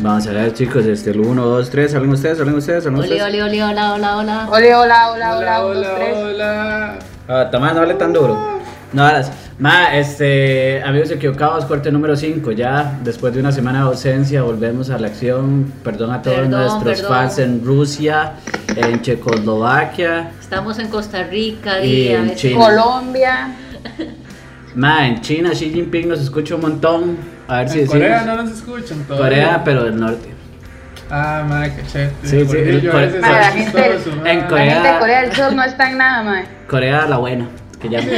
Vamos a ver, chicos, este el 1, 2, 3, salen ustedes, salen ustedes, salen Oli, ustedes. oli, oli, hola, hola, hola. Ole, hola, hola, hola, un, dos, tres. hola. Ah, Tomás, no hable tan duro. No hagas. Ma, este, amigos equivocados, corte número 5. Ya después de una semana de ausencia, volvemos a la acción. Perdón a todos Perdón, nuestros perdón. fans en Rusia, en Checoslovaquia. Estamos en Costa Rica, Y día. en es- Chile. Colombia. Ma, en China, Xi Jinping nos escucha un montón. A ver si En decimos- Corea no nos escuchan todavía. Corea, pero del norte. Ah, madre, cachete. Sí, sí, Porque el yo a Core- veces Madre, la asusto gente- a su en madre. La gente Corea. de Corea del Sur no está en nada, mae. Corea la buena, que ya Sí.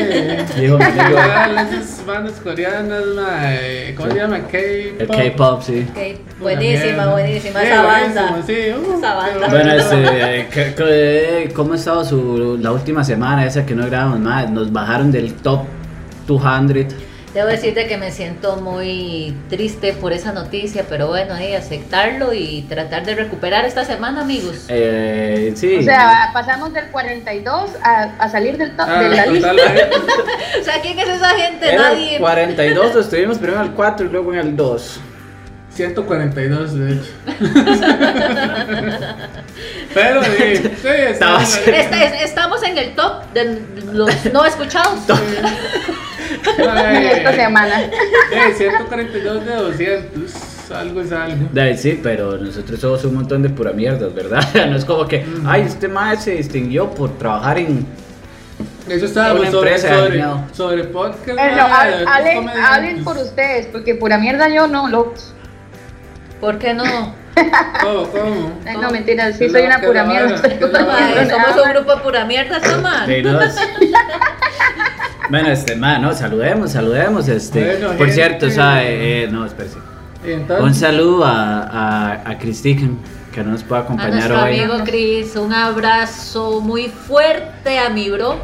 dijo mi amigo. Igual, esas bandas coreanas, madre. ¿Cómo se llama? K-pop. El K-pop, sí. Ok, Una Buenísima, mierda. buenísima. Sí, Esa banda. buenísimo, Sí, uh, Esa banda. qué Bueno, bonito. este, ¿qué- qué- ¿cómo ha estado su, la última semana esa que no grabamos más? Nos bajaron del top 200. Debo decirte que me siento muy triste por esa noticia, pero bueno, y aceptarlo y tratar de recuperar esta semana, amigos. Eh, sí. O sea, pasamos del 42 a, a salir del top Ah, de la lista. totalmente. O sea, ¿quién es esa gente? Era el Nadie. 42, estuvimos primero en el 4 y luego en el 2. 142, de hecho. Pero sí, sí, Estaba estamos cerca. Este- es- estamos en el top de los no escuchados. Ah, de Esta semana. Eh, 142 de 200, algo es algo. De ahí sí, pero nosotros somos un montón de pura mierdas, ¿verdad? No es como que, ay, este mae se distinguió por trabajar en. Eso estábamos Una sobre, empresa, sobre, no. sobre podcast. Bueno, ah, Eh, hab- otros hablen, comediantes. hablen por ustedes, porque pura mierda yo no, locos. ¿Por qué no? ¿Cómo? ¿Cómo? Ay, No, Eh, no, mentiras, sí que soy la- una que pura la mierda. vara, soy que la pura mierda, vara. Mae, nada eh, somos un más. grupo de pura mierda, Ah. toma. De dos. Bueno, este, mae, no, saludemos, saludemos. Este. Bueno, por gente. cierto, o sea, eh, eh, no, espérese. Un Entonces, saludo a, a, a Cristican, que no nos puede A acompañar nuestro hoy. amigo Chris, un abrazo muy fuerte a mi bro.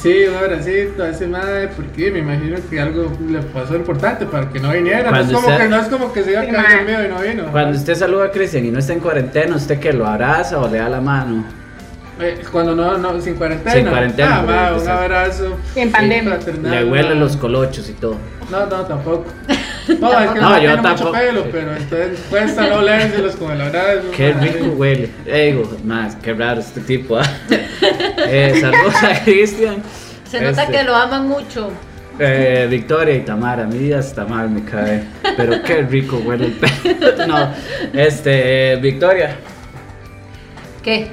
sí, un abracito a ese madre, porque me imagino que algo le pasó importante para que no viniera. No es, Cuando como usted- que, no es como que se iba a Sí, caer mae. mío y no vino. Cuando usted saluda a Cristian y no está en cuarentena, ¿usted que lo abraza o le da la mano? Eh, cuando no, no, sin cuarentena. Sin cuarentena, Ah, pero mae, un entonces- abrazo. Sin pandemia. fraternal, Le huele mae. los colochos y todo. No, no, tampoco. No, es que No, no, yo tiene tampoco. mucho pelo, pero entonces cuesta no olérselos con el abrazo. Qué mae. rico huele. Eh, digo, más, qué raro este tipo. ah. Eh, saludos a Cristian. Se nota Este, que lo aman mucho. eh, Victoria y Tamara, a mí hasta mal me cae. Pero qué rico huele el pelo. No, este, eh, Victoria. ¿Qué?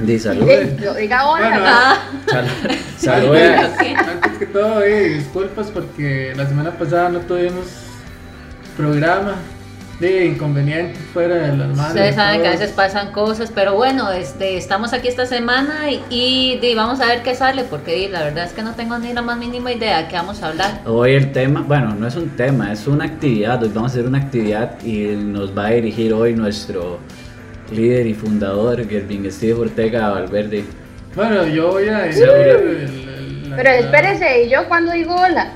Di Eh. saludos. Sí, Eh, yo diga hola. Bueno, mae. Ah, Saludos. Antes que todo, eh, disculpas porque la semana pasada no tuvimos programa de inconveniente fuera de las manos. Ustedes saben que a veces pasan cosas, pero bueno, este, estamos aquí esta semana y, y di, vamos a ver qué sale, porque di, la verdad es que no tengo ni la más mínima idea de qué vamos a hablar. Hoy el tema, bueno, no es un tema, es una actividad. Hoy vamos a hacer una actividad y nos va a dirigir hoy nuestro líder y fundador, Gervin Steve Ortega Valverde. Bueno, yo voy a decir. Seguro. el- el- la- Pero espérese, ¿y yo cuándo digo hola?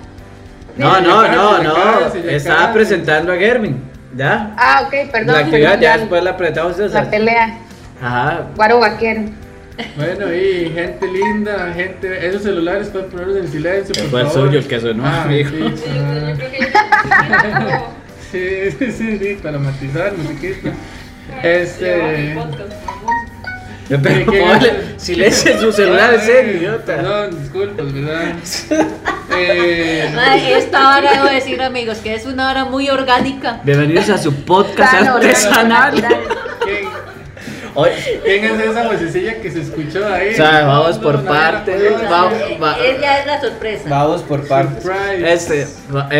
No, Sí, no, ya no, casi, ya no. casi, ya Estaba casi. presentando a Gervin, ¿ya? Ah, ok, perdón. la actividad perdón, ya la- después la apretamos. o sea, La pelea, Ajá. guaro vaquero. Bueno, y gente linda, gente. Esos celulares pueden ponerlos en silencio. Que por fue el favor. suyo el que sonó, Ah, amigo. sí, ah. Sí, sí, sí, sí, para matizar, musiquita. Este. Pero, ¿qué? póngale silencio en su celular, ese Ay, idiota. Perdón, disculpas, ¿verdad? Eh, Ay, esta hora debo decir, amigos, que es una hora muy orgánica. Bienvenidos a su podcast Sano, artesanal. natural. ¿quién, Hoy, quién es esa vocecilla que se escuchó ahí? o sea, vamos No, por no, no, partes. no, no, vamos- no. va- Eh, Es- ya es la sorpresa. Vamos por partes. Surprise. Este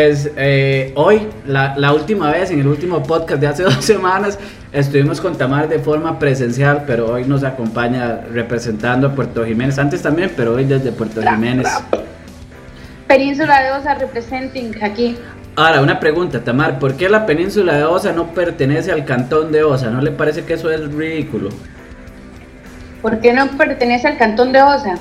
es eh, hoy, la, la última vez, en el último podcast de hace dos semanas, estuvimos con Tamar de forma presencial, pero hoy nos acompaña representando a Puerto Jiménez. Antes también, pero hoy desde Puerto Jiménez. Península de Osa representing aquí. Ahora, una pregunta, Tamar, ¿por qué la península de Osa no pertenece al cantón de Osa? ¿No le parece que eso es ridículo? ¿Por qué no pertenece al cantón de Osa?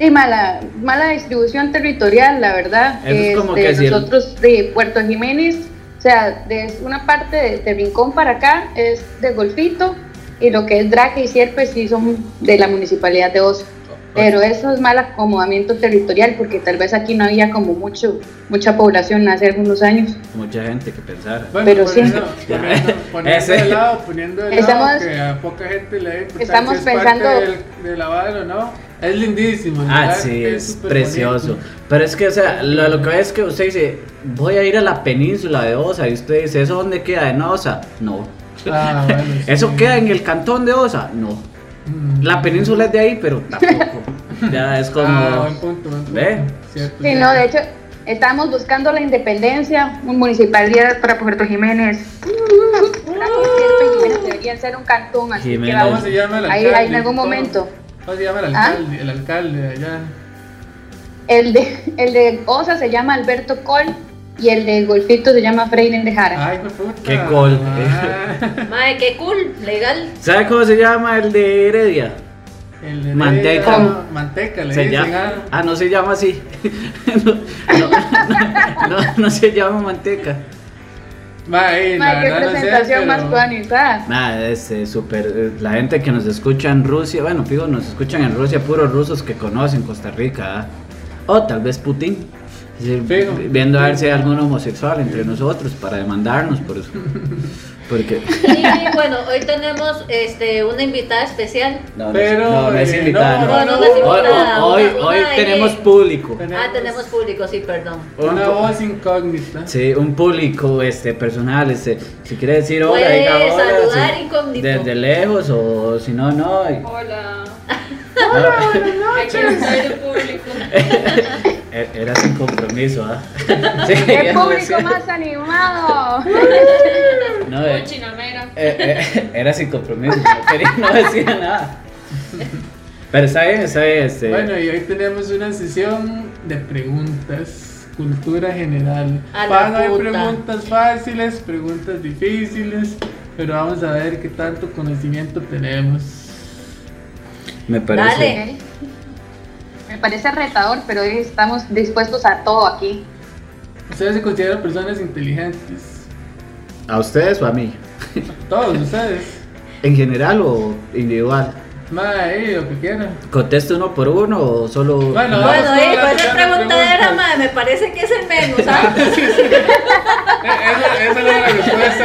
Sí, mala, mala distribución territorial, la verdad. Eso es como Este, que si el- nosotros de Puerto Jiménez, o sea, de una parte de, de Rincón para acá es de Golfito y lo que es Draque y Sierpes sí son de la municipalidad de Osa. Pero eso es mal acomodamiento territorial, porque tal vez aquí no había como mucho, mucha población hace algunos años. Mucha gente que pensara. Bueno, Pero poniendo, sí. poniendo, poniendo Ese. de lado, poniendo de lado Estamos- que a poca gente le da importancia, estamos es pensando- parte del- de la vara, ¿no? Es lindísimo. el Ah, lugar, sí, es superbonito. precioso. Pero es que, o sea, lo, lo que es que usted dice, voy a ir a la península de Osa. Y usted dice, ¿eso dónde queda? ¿En Osa? No. Ah, bueno, sí. ¿Eso queda en el cantón de Osa? No. Mm. La península es de ahí, pero tampoco. Ya es como. Ah, buen punto, buen punto. ¿Ve? Cierto, Sí, cierto. no, de hecho, estábamos buscando la independencia, un municipalidad para Puerto Jiménez. Ah. Para Puerto Jiménez deberían ser un cantón, así Jiménez. que ¿Cómo vamos. se llama el Ahí- alcalde? ahí en algún ¿Cómo- momento. ¿Cómo se llama el ¿Ah? alcalde? El alcalde de allá. El de, el de Osa se llama Alberto Col y el de Golfito se llama Freiden de Jara. Ay, hijo de puta. Qué gol. Ah, Madre, qué cool, legal. ¿Sabe cómo se llama el de Heredia? el de- Manteca. Ah, Manteca, le Se dicen. llama- ah. Ah, no se llama así. no, no, no, no, no se llama manteca. Ma, eh, la Madre, qué verdad no sé, presentación pero- más cubanizada. Nada, es eh, súper. eh, la gente que nos escucha en Rusia, bueno, fijo, nos escuchan en Rusia, puros rusos que conocen Costa Rica. ¿ah? O tal vez Putin. Es decir, Fijo. viendo a ver si hay algún homosexual entre nosotros para demandarnos por eso. Porque. Y bueno, hoy tenemos este, una invitada especial. No, no, Pero, no, no es eh, invitada. no, no. no, no, no es invitada, Hoy, hoy, una- hoy una de- tenemos público. Ah, tenemos público, sí, perdón. Un Una pu- voz incógnita. Sí, un público este personal, este, si quiere decir hola, Puede diga hola, saludar si- incógnito. desde lejos o si no no. y- Hola. no, Aquí está el público. e- Era sin compromiso, ¿ah? Sí, ¡Qué ya no me público sé. más animado! No, eh, Cochinamera. eh, eh, era sin compromiso, no, quería- no decía nada. Pero está bien, está bien, este. Bueno, y hoy tenemos una sesión de preguntas, cultura general. A la Van a haber puta. preguntas fáciles, preguntas difíciles, pero vamos a ver qué tanto conocimiento tenemos. me parece. Dale. Me parece retador, pero hoy estamos dispuestos a todo aquí. Ustedes se consideran personas inteligentes. ¿A ustedes o a mí? Todos ustedes. ¿En general o individual? Mae, lo que quieran. ¿Contesto uno por uno o solo.? Bueno, no? vamos Bueno, con eh, la con esa primera preguntadera, pregunta. madre, me parece que es el menos, ¿sabes? Eh, Esa, esa era la respuesta.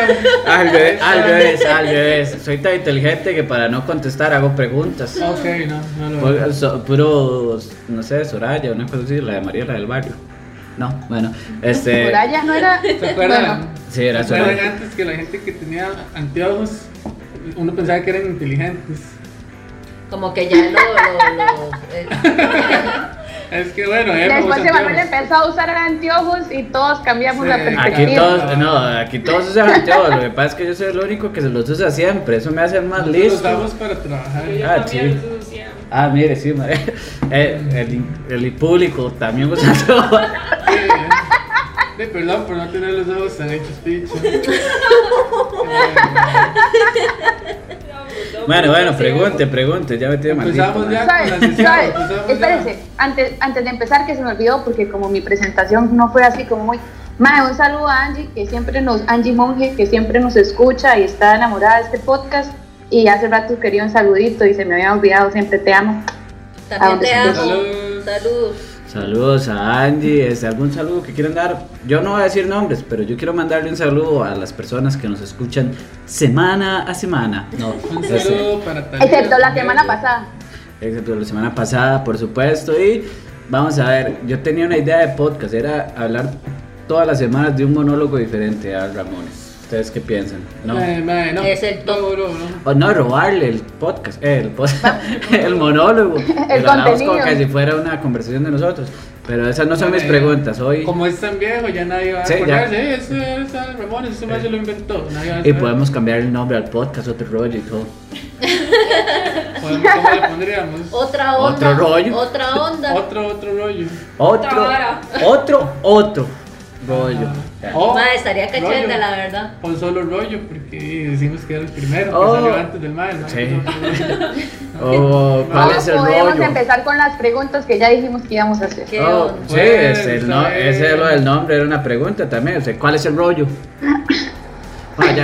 Al revés, al revés, al revés. Soy tan inteligente que para no contestar hago preguntas. Ok, no, no lo Puro, so- puro, no sé, Soraya, una cosa así, la de María, la del barrio. No, bueno, este. Soraya no era. ¿Se acuerdan? Bueno, Sí, era ¿Se acuerdan Soraya. antes que la gente que tenía anteojos, uno pensaba que eran inteligentes? Como que ya lo. lo- lo- eh, Es que bueno, eh, Después vamos de Manuel anteojos. empezó a usar anteojos y todos cambiamos Sí. la Aquí perspectiva. todos, no, aquí todos usan anteojos. Lo que pasa es que yo soy el único que se los usa siempre. Eso me hace más Nosotros Los listo. damos para trabajar. Yo Ah, también sí. lo usaba. Ah, mire, sí, madre. Eh, el, el público también usa anteojos. Sí, eh. Sí, perdón por no tener los ojos tan hechos, picho. Bueno, bueno, pregunte, pregunte. Ya me tiene maldito. Empezamos ya. ¿Sabes? Con la sesión, ¿Sabes? empezamos Espérense, antes, antes de empezar, que se me olvidó porque como mi presentación no fue así como muy. Mae, un saludo a Angie, que siempre nos, Angie Monge, que siempre nos escucha y está enamorada de este podcast. Y hace rato quería un saludito y se me había olvidado, siempre te amo. también te Ah, amo. salud. Salud. Saludos a Andy, este, algún saludo que quieran dar. Yo no voy a decir nombres, pero yo quiero mandarle un saludo a las personas que nos escuchan semana a semana. No, Un este, saludo para Talía Excepto la también. semana pasada. excepto la semana pasada, por supuesto. Y vamos a ver, yo tenía una idea de podcast, era hablar todas las semanas de un monólogo diferente a Ramones. ¿Ustedes qué piensan? No. Mae, mae, no. Es el top. No, no, no. O no, robarle el podcast, eh, el, pod- el monólogo. El Lo hablamos como contenido. que si fuera una conversación de nosotros. Pero esas no son mis Eh, preguntas. Hoy Como es tan viejo, ya nadie va a Sí, ya. acordarse. "Eh, Ese es el Ramón, ese más se lo inventó. Nadie va a Y saber. podemos cambiar el nombre al podcast, otro rollo y todo. Podemos- ¿Cómo le pondríamos? Otra onda. Otro rollo. Otra onda. Otro, otro rollo. Otro, Tabara. otro, otro rollo. Ya. O- Madre, estaría cachenda, Ah. Oh, rollo. la verdad. O solo rollo, porque decimos que era el primero, que Oh. salió antes del mal. ¿no? Sí. Entonces, O Oh, cuál No es el podemos rollo. empezar con las preguntas que ya dijimos que íbamos a hacer. Qué Oh, onda. sí, es el no- Bueno, ese es lo del nombre, era una pregunta también. o sea, ¿Cuál es el rollo? Ah, ya.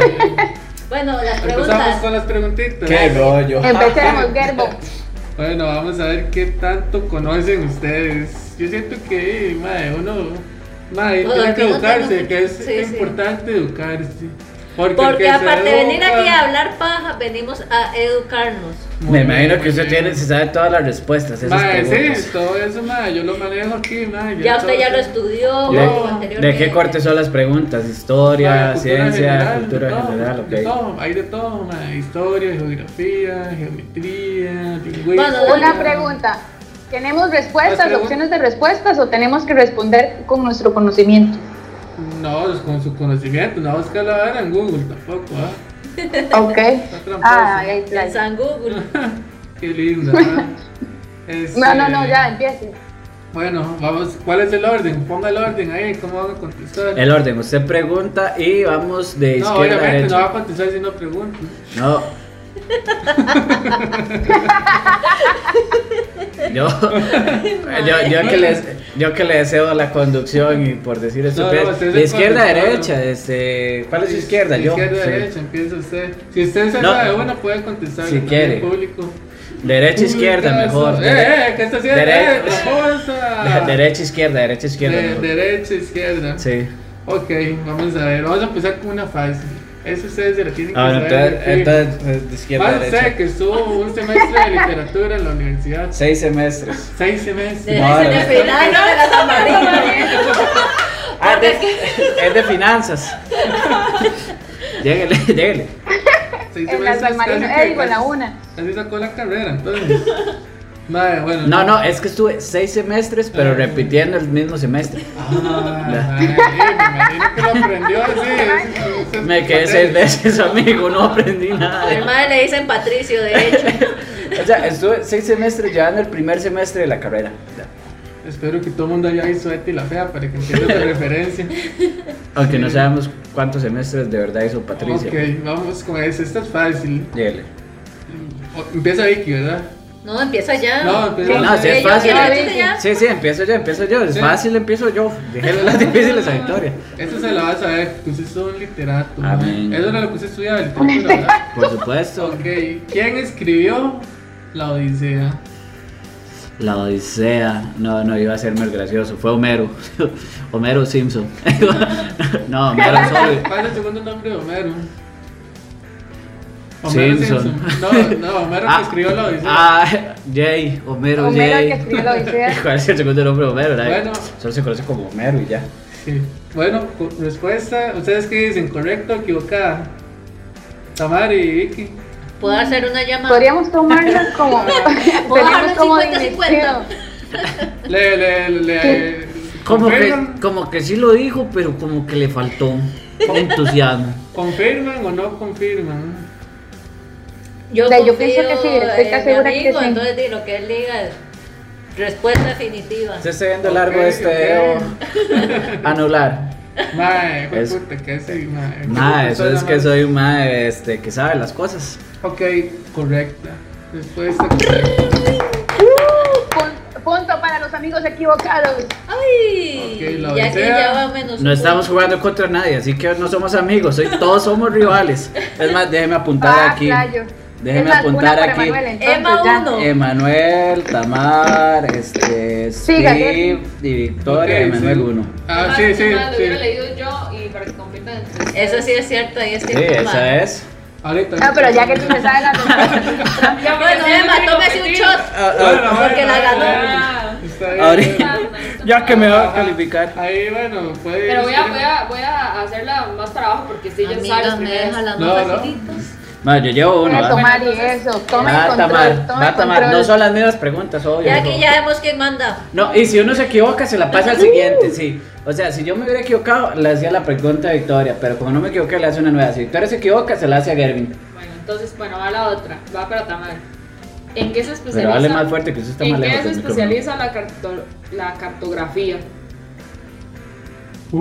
Bueno, las Empezamos preguntas. con las preguntitas. ¿Qué rollo? Empecemos, Gerbo. Bueno, vamos a ver qué tanto conocen ustedes. Yo siento que eh, mae, uno mae, Bueno, tiene aquí que no educarse, tenemos- que es sí, sí. importante educarse. Porque, el Porque que se aparte de venir educa- aquí a hablar paja, venimos a educarnos. Me imagino que Muy usted bien. tiene, se sabe todas las respuestas. a Esas Mae, preguntas. sí, todo eso, mae, yo lo manejo aquí, mae. Ya usted ya lo estudió estudió. ¿De- o de ¿De anteriormente. qué corte son las preguntas? Historia, ciencia, cultura de todo, general, ok. de todo, hay de todo, mae, historia, geografía, geometría, lingüística. Bueno, Una pregunta. ¿Tenemos Las respuestas, preguntas. opciones de respuestas o tenemos que responder con nuestro conocimiento? No, es con su conocimiento, no busca la vara en Google tampoco, ¿ah? Ok. tramposo. Ah, ahí En está. San Google. Qué linda. ¿ah? Este, No, no, no, ya, empiece. Bueno, vamos, ¿cuál es el orden? Ponga el orden ahí, ¿cómo van a contestar? El orden, usted pregunta y vamos de no, izquierda a obviamente no va derecha. a contestar si no pregunto. No. Yo, yo, yo que les, yo que le deseo la conducción y por decir eso, No, no, pues, usted es de el izquierda a conductor, derecha, este, ¿cuál es su izquierda? Yo, Izquierda, sí. derecha, empieza usted. Si usted se No. sabe una, puede contestar. Si también quiere. Público. derecha, izquierda, Público, mejor. eso. Eh, eh, ¿qué está haciendo? Dere- Eh, tramposa. De- Derecha, izquierda, derecha, izquierda. De- mejor. derecha, izquierda. Sí. Ok, vamos a ver. Vamos a empezar con una fácil. Eso ustedes se la tienen que Ah, bueno, saber. entonces, de fijo. entonces, eh, de izquierda a Más usted derecha. que estuvo un semestre de literatura en la universidad. Seis semestres. Seis De semestres. No, ese de no, final no, de las amarillas. Ah, de- es de finanzas. lléguele, lléguele. Seis En las semestres. Marino, casi que- eh, digo, en la una. Así sacó la carrera, entonces. Madre, bueno. No, no, es que estuve seis semestres, pero Ah. repitiendo el mismo semestre. Ah, madre, me imagino que lo aprendió así. es- es- Me quedé es- seis veces, amigo, no aprendí nada. El madre le dicen Patricio, de hecho. O sea, estuve seis semestres llevando el primer semestre de la carrera. Espero que todo el mundo haya visto Betty la fea para que entienda la referencia. Aunque no sabemos cuántos semestres de verdad hizo Patricia. Ok, vamos con eso. Esta es fácil. Lléguele. O- Empieza Vicky, ¿verdad? No, empieza ya. No, empieza- No, sí es Yo- fácil. yo- yo- ya. Sí, sí, empiezo yo, empiezo yo. Es Sí. fácil, empiezo yo. Déjenle las difíciles a Victoria. Esto se la vas a ver, que usted es un literato. ¿no? Amén. Eso era lo que usted estudiaba, literatura, ¿verdad? Por supuesto. Ok, ¿quién escribió La Odisea? La Odisea. No, no, iba a ser más gracioso. Fue Homero. Homero Simpson. no, Homero Sol. ¿Cuál es el segundo nombre de Homero? Simpson. No, no, Homero que escribió La Odisea. Ah, Jay, Homero, Homero, Jay. el que escribió la Odisea. ¿Cuál es el segundo nombre de Homero? Nadie- Bueno. Solo se conoce como Homero y ya. Sí. Bueno, co- respuesta. ¿Ustedes qué dicen? ¿Correcto o equivocada? Tamari y Vicky. Puedo hacer una llamada. Podríamos tomarlas como. tenemos darle como 50-50. dimensión. Le, le, le. Como que, ¿Confirman? como que sí lo dijo, pero como que le faltó entusiasmo. ¿Confirman o no confirman? Yo, Da, yo confío pienso que sí, estoy en casi mi segura que amigo, sí. Entonces, di lo que él diga es respuesta definitiva. Se está viendo largo Ok, este ok. dedo anular. Mae, hijo de Es- puta, que ese, mae. Nada, eso es que Mae. soy un mae este, que sabe las cosas. Ok, correcta. Respuesta correcta. Pun- Punto para los amigos equivocados. Ay, Ok, la ya que ya desea. va menos. No un estamos jugando contra nadie, así que no somos amigos, soy- todos somos rivales. Es más, déjeme apuntar Ah, aquí. playo. Déjeme Es más, una apuntar para aquí. Manuel, entonces, Emma ya. uno. Emanuel, Tamar, este, Steve Gabriel. y Victoria, Ok, Emanuel sí. 1. Ah, Además, sí, sí, además, lo hubiera sí. leído yo y para que compitan entre punto. ustedes. Eso sí es cierto, ahí es que Sí, esa es. Ahorita. No, Ah, pero ya que tú me sabes las respuestas. Ya, Bueno, ya Emma, tienen que tómese un competir. shot. Ah, porque la ganó. Está bien. Ahorita. Ya que me Ah, va a Ajá. calificar. Ahí, bueno, puede. Pero voy a, voy, a, voy a hacerla más para abajo porque si ella sabe Amigos, las me deja primeras. las No, más no. facilitas. No, yo llevo uno. ¿ah? Voy ¿verdad? a tomar y eso. Tome Va a control. tomar, tome va a tomar. control. ah, No son las mismas preguntas, obvio. Ya no. aquí ya vemos quién manda. No, y si uno se equivoca, se la pasa al siguiente, sí. O sea, si yo me hubiera equivocado, le hacía la pregunta a Victoria, pero como no me equivoqué, le hace una nueva. Si Victoria se equivoca, se la hace a Gervin. Bueno, entonces, bueno, va la otra. Va para Tamar. ¿En qué se especializa? Pero hable más fuerte, que usted está ¿En más qué lejos. se del micrófono. especializa la, carto- la cartografía?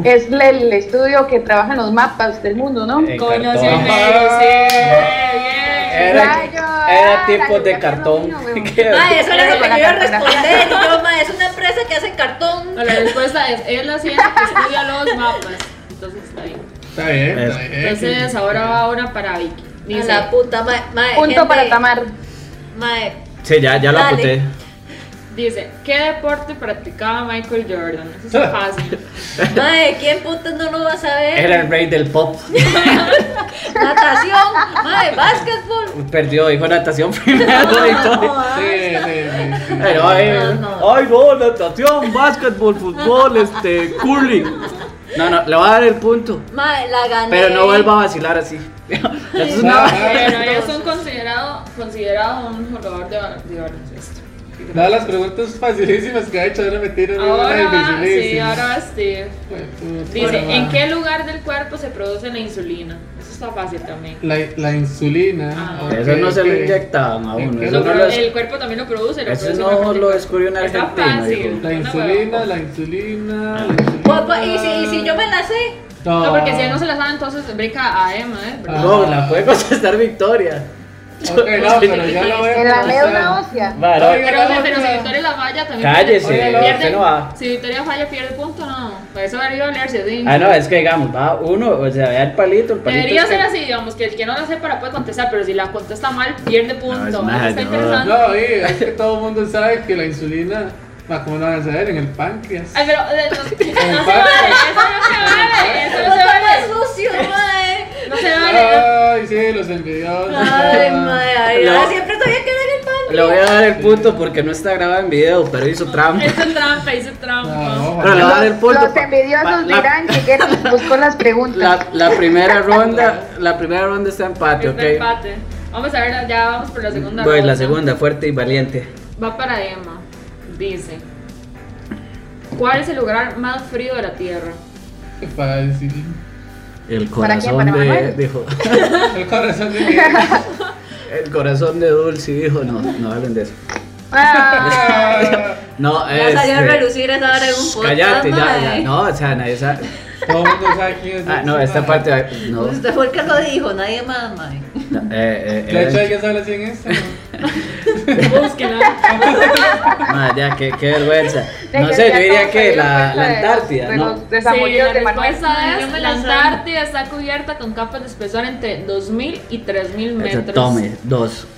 Es el- el estudio que trabajan los mapas del mundo, ¿no? En Coño, cartón. sí, negro, sí. Bien. Era, Rayo, ah, era la tipo de geografía cartón. no vino, que- Ma, eso era lo que Con la yo iba a cartografía. responder. Y yo, ma, es una empresa que hace cartón. No, la respuesta es, es la ciencia que estudia los mapas. Entonces está bien. Está bien, está Es- bien. Entonces ahora va una para Vicky. Ni la puta, ma, ma, Punto gente, para Tamar. Mae, Sí, ya, ya lo Dale. Eh, apunté. Dice, ¿qué deporte practicaba Michael Jordan? Eso es fácil. Mae, ¿quién putas no lo va a saber? Era el rey del pop. Natación, mae, básquetbol. Perdió, dijo natación primero y todo. Sí, sí, sí. Ay, no, ay, No, no. ay, no, natación, básquetbol, fútbol, este, curling. No, no, le voy a dar el punto. Mae, la gané. Pero no vuelva a vacilar así. Esto es una- Bueno, ellos son considerados considerado un jugador de, de baloncesto. Nada, las preguntas facilísimas que ha hecho ahora me tiran una Ahora, sí, dificilísima. ahora Steve. Puta, Dice, va. ¿en qué lugar del cuerpo se produce la insulina? Eso está fácil también. La, la insulina. Ah. ok, Eso no se lo ok. inyectaban a uno. Ok. Eso Lo no pro- lo el cuerpo también lo produce. Lo Eso produce no una parte- lo descubrió un Está argentino, fácil. dijo. La Una insulina, huevada. la insulina, la Pues, pues, insulina. ¿Y, si, y si yo me la sé. No, porque si él no se la sabe, entonces brinca a Emma, ¿eh? Ah. No, la puede contestar Victoria. Ok, no, pero ya lo voy a En la médula contestar. ósea. Vale, Oiga, Pero, la pero si otra. Victoria la falla también. Cállese, Oiga, pierde- usted no va. Si Victoria falla, pierde punto, no. Pues eso debería valerse, sí. Ah, no, es que digamos, va uno, o sea, vea el palito, el palito. Debería es que- ser así, digamos, que el que no la sepa la puede contestar, pero si la contesta mal, pierde punto. No, es Eso mal, está no. interesante. No, y es que todo el mundo sabe que la insulina, va como no van a saber, en el páncreas. Ay, pero eh, no, no se vale, En eso no el se páncreas. vale, eso No no se está vale, más sucio, mae. no se vale. Ay, sí, los envidiosos. Ay, ah. mae, ay, No. ah, siempre todavía queda en el pan. Le voy a dar el punto porque no está grabado en video, pero hizo trampa. Eso es trampa, hice No, trampa. no, Pero le voy a dar el punto. Los pa- pa- envidiosos la- dirán que Getty buscó las preguntas. La, la primera ronda, la primera ronda está empate, Está ok. empate. Vamos a ver, ya vamos por la segunda Voy, la ronda. segunda, fuerte y valiente. Va para Emma. Dice: ¿Cuál es el lugar más frío de la tierra? Fácil. El ¿Para quién? corazón ¿Para de, Manuel? dijo, El corazón de mi hija. el corazón de Dulce, dijo, no, no hablen de eso. Ah, No, Ya es. salió a relucir esa hora en un podcast. Cállate, ya, ya, mae. no, o sea, nadie sabe. Todo el mundo sabe quién es. Ah, no, Dulce, esta mae. parte, va- no. Usted fue el que lo dijo, nadie más, mae. no, eh, eh, De hecho, eh, ¿alguien sabe quién es? Búsquela. mae, ya, qué, qué vergüenza. de No que sé, ya yo diría todos se que dieron la, cuenta la de los- Antártida, de ¿no? los Sí, desamuríos la de Manuel. respuesta Yo es me la la sé. Antártida está cubierta con capas de espesor entre 2.000 y 3.000 Esa, metros. tome, dos.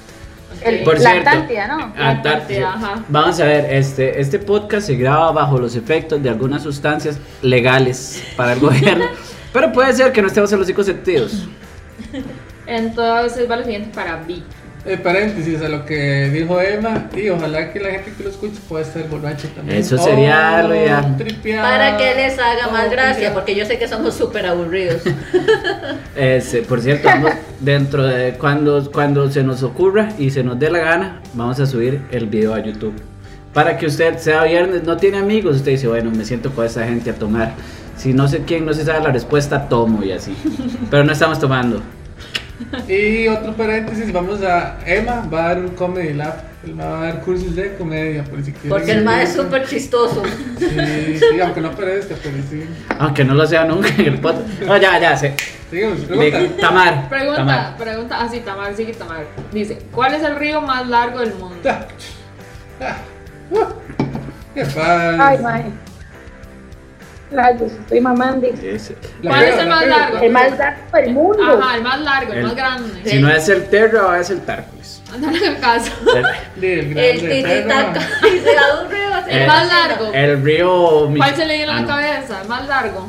El- Por la cierto. Antártida, ¿no? La Antártida, ajá. Vamos a ver, este, este podcast se graba bajo los efectos de algunas sustancias legales para el gobierno. Pero puede ser que no estemos en los cinco sentidos. Entonces va lo siguiente para B. Eh, paréntesis a lo que dijo Emma y ojalá que la gente que lo escuche pueda ser borracho también. Eso sería lo ideal. tripeado. Para que les haga más Oh, gracia, tripeado. porque yo sé que somos súper aburridos. Este, por cierto, vamos, dentro de cuando, cuando se nos ocurra y se nos dé la gana, vamos a subir el video a YouTube. Para que usted sea viernes, no tiene amigos, usted dice, bueno, me siento con esta gente a tomar. Si no sé quién, no se sabe la respuesta, tomo y así. Pero no estamos tomando. Y otro paréntesis, vamos a Emma va a dar un comedy lab, él va a dar cursos de comedia, por si quieren. Porque el mae es súper chistoso. Sí, sí, aunque no parezca, pero sí. Aunque no lo sea nunca en el podcast. No, ya, ya, sé. Sigamos, pregunta. Tamar. Pregunta, Tamar. pregunta. Ah, sí, Tamar, sigue Tamar. Dice: ¿Cuál es el río más largo del mundo? Qué fácil. Ay, mae. Rayos, estoy mamando. La ¿Cuál es prueba, el la más prueba. largo? El más largo del mundo. Ajá, el más largo, el, El- más grande. Si no es el Terra, es el Tárcoles. No le hagan caso. Sí, el grande. El tititaca. perro. Y se da un río así. Eh, El más largo. El río. Mi- ¿Cuál se le dio en Ah, la no. cabeza? El más largo.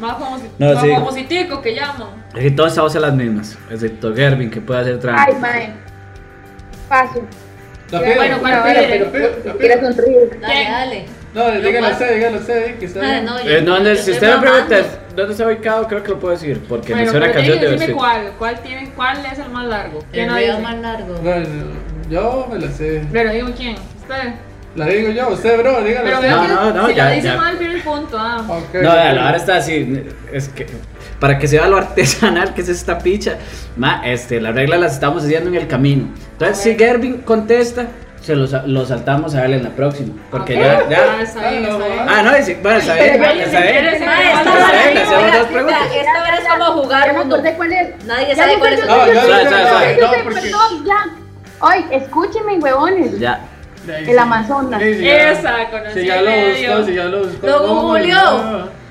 Más famosi- No, más sí. famositico que llaman. Es que todos estamos en las mismas. Excepto Gervin, que puede hacer trampa. Ay, mae. Fácil. La prueba, Bueno, ¿cuál la pide? prueba, la prueba, la Ni prueba. siquiera sonríe. Dale, ¿Quién? dale. No, dígalo a más- usted, dígalo a usted, que está Ah, Mae, bien. Ah, no, yo- Eh, ¿dónde, yo si estoy usted me mamando. pregunta dónde está ubicado, creo que lo puedo decir. Porque me Bueno, suena pero canción tienen que de decirme Street. cuál. ¿Cuál, tiene, ¿Cuál es el más largo? ¿Quién El lo río dice? más largo. Bueno, yo me la sé. Pero digo quién, usted. La digo yo, usted, bro, dígalo Pero usted. veo No, que no, no, si ya, lo dice ya. mal, pierde el punto. Ah. Ok. No, dale, ahora está así. Es que. Para que se vea lo artesanal que es esta picha. Ma, este, las reglas las estamos haciendo en el camino. Entonces, si Gervin contesta, se lo, sa- lo saltamos a él en la próxima. Porque Ok. ya. ya- Ah, está bien, Ah, está no, bien. Ah, no, dice, bueno, está bien, Pero está yo bien. ni siquiera sé Mae, Ah, esta está hora bien, es- hacemos oiga, dos preguntas. oiga, esta hora es como jugar Ya me uno. acordé cuál es. Nadie Ya sabe me cuál es el acordé No, yo- cuál Suave, yo- suave, yo- suave. no, Yo sé, porque- Perdón, ya. Ay, escúchenme, huevones. Ya. El Amazonas. Sí, sí, ya- Esa, conocí Si ya el lo medio. buscó, si ya lo buscó. Lo ¿cómo googleó. no?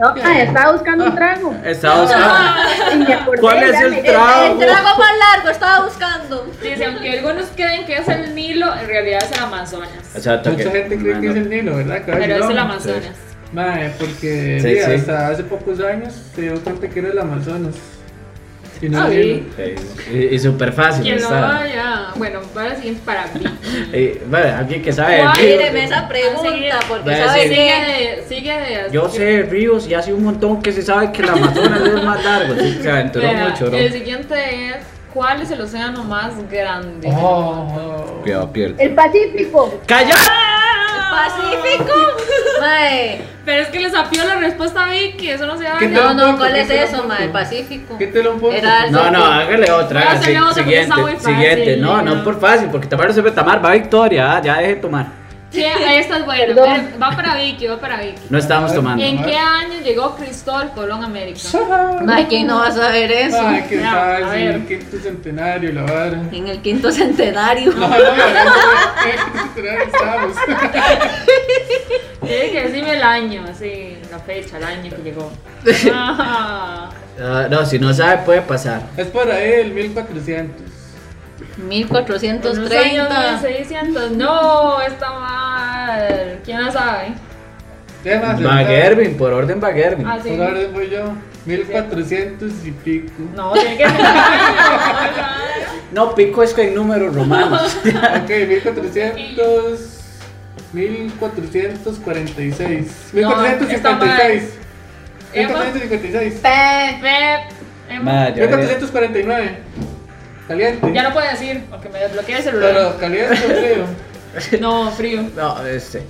No, mae, estaba buscando un trago. Estaba buscando. Y me acordé, ¿Cuál es ya el me- trago? El trago más largo, estaba buscando. Dice, aunque algunos creen que es el Nilo, en realidad es el Amazonas. Exacto, Mucha que- gente cree que es Bueno. el Nilo, ¿verdad? Cabal, Pero no. es el Amazonas. Mae, porque Sí, di, sí. hasta hace pocos años se dio cuenta que era el Amazonas. Y no Ah, el sí. Nilo. Eh, Y, y súper fácil. Quien lo está. vaya. Bueno, para la siguiente para mí. Eh, bueno, alguien que sabe. ¿Cuál de Míreme ríos. esa pregunta, porque Voy a sabes decir- Sigue que. de. Sigue de. Yo sé de ríos y hace un montón que se sabe que el Amazonas es el más largo. sí, Se aventuró Vea, mucho, El ¿no? siguiente es: ¿Cuál es el océano más grande? Oh, Cuidado, pierde. El Pacífico. ¡Calla! ¡Pacífico! Mae. Pero es que le sapió la respuesta a Vicky, eso no se vale. ¿Qué No, No, tal? no. no, ¿cuál es Quítale un eso, poco. mae? Pacífico. ¿Qué te lo pongo? Era Ah, el- No, no, hágale otra. Voy a Haga, hacerle sí, otra porque está muy siguiente, fácil. siguiente. No, no No. por fácil, porque Tamar no se puede Tamar. Va Victoria, ah, ya deje de tomar. Sí, esta es buena. Perdón. pero Va para Vicky, va para Vicky. No estábamos tomando. ¿En qué año llegó Cristóbal Colón a América? Mae, ¿quién no va a saber eso? Ay, qué Ya, a fácil, ver. el quinto centenario, la vara. En el quinto centenario. No, no, no, no, el quinto centenario estamos. Tiene que decirme el año, así, la fecha, el año que llegó. Ah, Ah, no, si no sabe, puede pasar. Es por ahí el 1400. en los años 1430. 1600. No, está mal. ¿Quién la sabe? Ya más, Bagervin, por orden Bagervin. Ah, sí. Por orden voy yo. 1400 y pico. No, tiene que ser el año. No, pico es que hay números romanos. Ok, 1400. 1446. No, está mal. 1456. Emma. 1456. Pe. Pep, Emma. Madre, ya ves. 1449. Caliente. em, Ah, Ya no puedo decir, porque me desbloquea el celular. Pero caliente o frío. No, frío. No, este.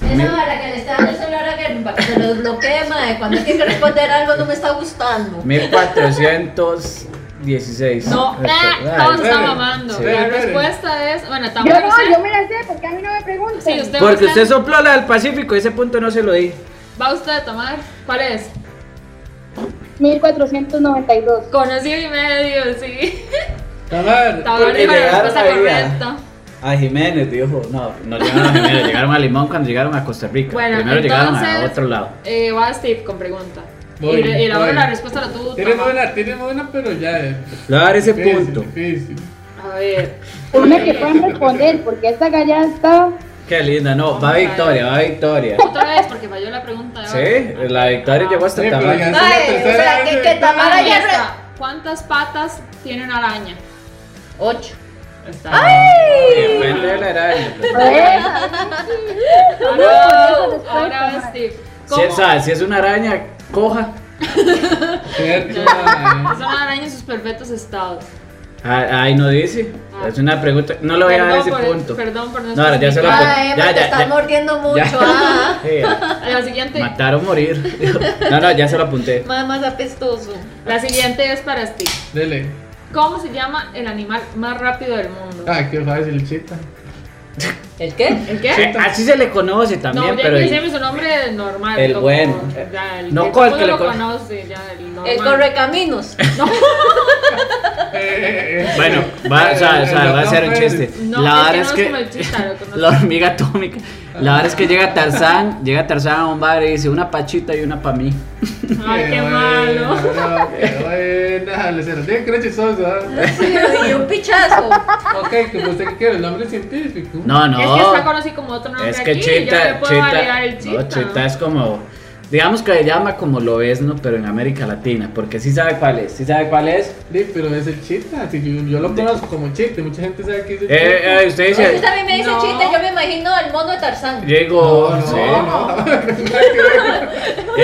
Esa vara que le está dando el celular a Germán para que se lo desbloquee, mae. Cuando tiene que responder algo no me está gustando. 1416. No, Este, eh, ay, todos están espere, mamando. sí. La Espere, respuesta es, bueno, Yo tampoco no, sé. yo me la sé, porque a mí no me preguntan. Sí, usted, Porque va, a usted usted, sopló la del Pacífico, ese punto no se lo di. va usted a tomar. ¿Cuál es? 1492. Conocido y medio, sí. Tamar. Tabar dijo la llegaron respuesta ahí a- correcta. A Jiménez, dijo. No, no llegaron a Jiménez, llegaron a Limón cuando llegaron a Costa Rica. Bueno, Primero llegaron a entonces- otro lado. Eh, va Steve con pregunta. Voy, y, le- y la voy. otra la respuesta la tuvo. Tiene Tomás. buena, tiene buena, pero ya eh, es. Le voy a dar ese Difícil, punto. difícil. A ver. Una que pueden responder, porque esta galla está. Qué linda, no, va Ay. Victoria, va Victoria. Otra vez, porque falló la pregunta. de Sí, ahora. la Victoria llegó hasta Sí, pero ya Tamar. es la Ay, o tercera sea, que- vez de que Victoria. Tamara Ahora ya- ya está. ¿Cuántas patas tiene una araña? Ocho. Está. Depende de la araña. pues. pero- pues, Ahora- Por esa respuesta, Ahora va Mara. Steve. Si, ¿Cómo? o sea, si es una araña, coja. Cierto, eh, Son mae. arañas en sus perfectos estados. Ah, Ahí no dice. Ah. Es una pregunta. No le voy a dar ese por, punto. Perdón por no No, ahora ya se lo especificar. Mae, ya, mae, te ya, estás ya. mordiendo mucho. Ya. Ah. Sí, ya. La siguiente, Matar o morir. No, no, ya se lo apunté. Mae, más apestoso. la siguiente es para Steve. Dele. ¿Cómo se llama el animal más rápido del mundo? Ah, qué fácil, chita. ¿El qué? ¿El qué? Eh, Así se le conoce también, no, ya pero. que decime su nombre normal. el como- bueno. ya, el No, que ¿cuál todo que lo le con- conoce, ya, el normal. El correcaminos. Bueno, va, o sea, o sea, va a ser un chiste. No, la verdad es es que que. no es como el chiste, lo conozco. La hormiga atómica. La verdad es que llega Tarzán, llega Tarzán a un bar y dice una pachita y una pa' mí. Ay, qué malo. Bueno, qué buena, le será. Tiene que ser chistoso, ¿ah? y un pichazo. Ok, como usted que quiere, el nombre científico. No, no. Es que está conocido como otro nombre Es que aquí. chita, yo le puedo chita, agregar el chita. no, chita es como, digamos que le llama como lo es, ¿no? Pero en América Latina, porque sí sabe cuál es, sí sabe cuál es. Sí, pero es el chita. Si yo, yo lo conozco como chiste, mucha gente sabe que es el Eh, chita. eh, usted dice, Usted también me dice No. chiste, yo me imagino al mono de Tarzán. llegó, no, sí. no, no.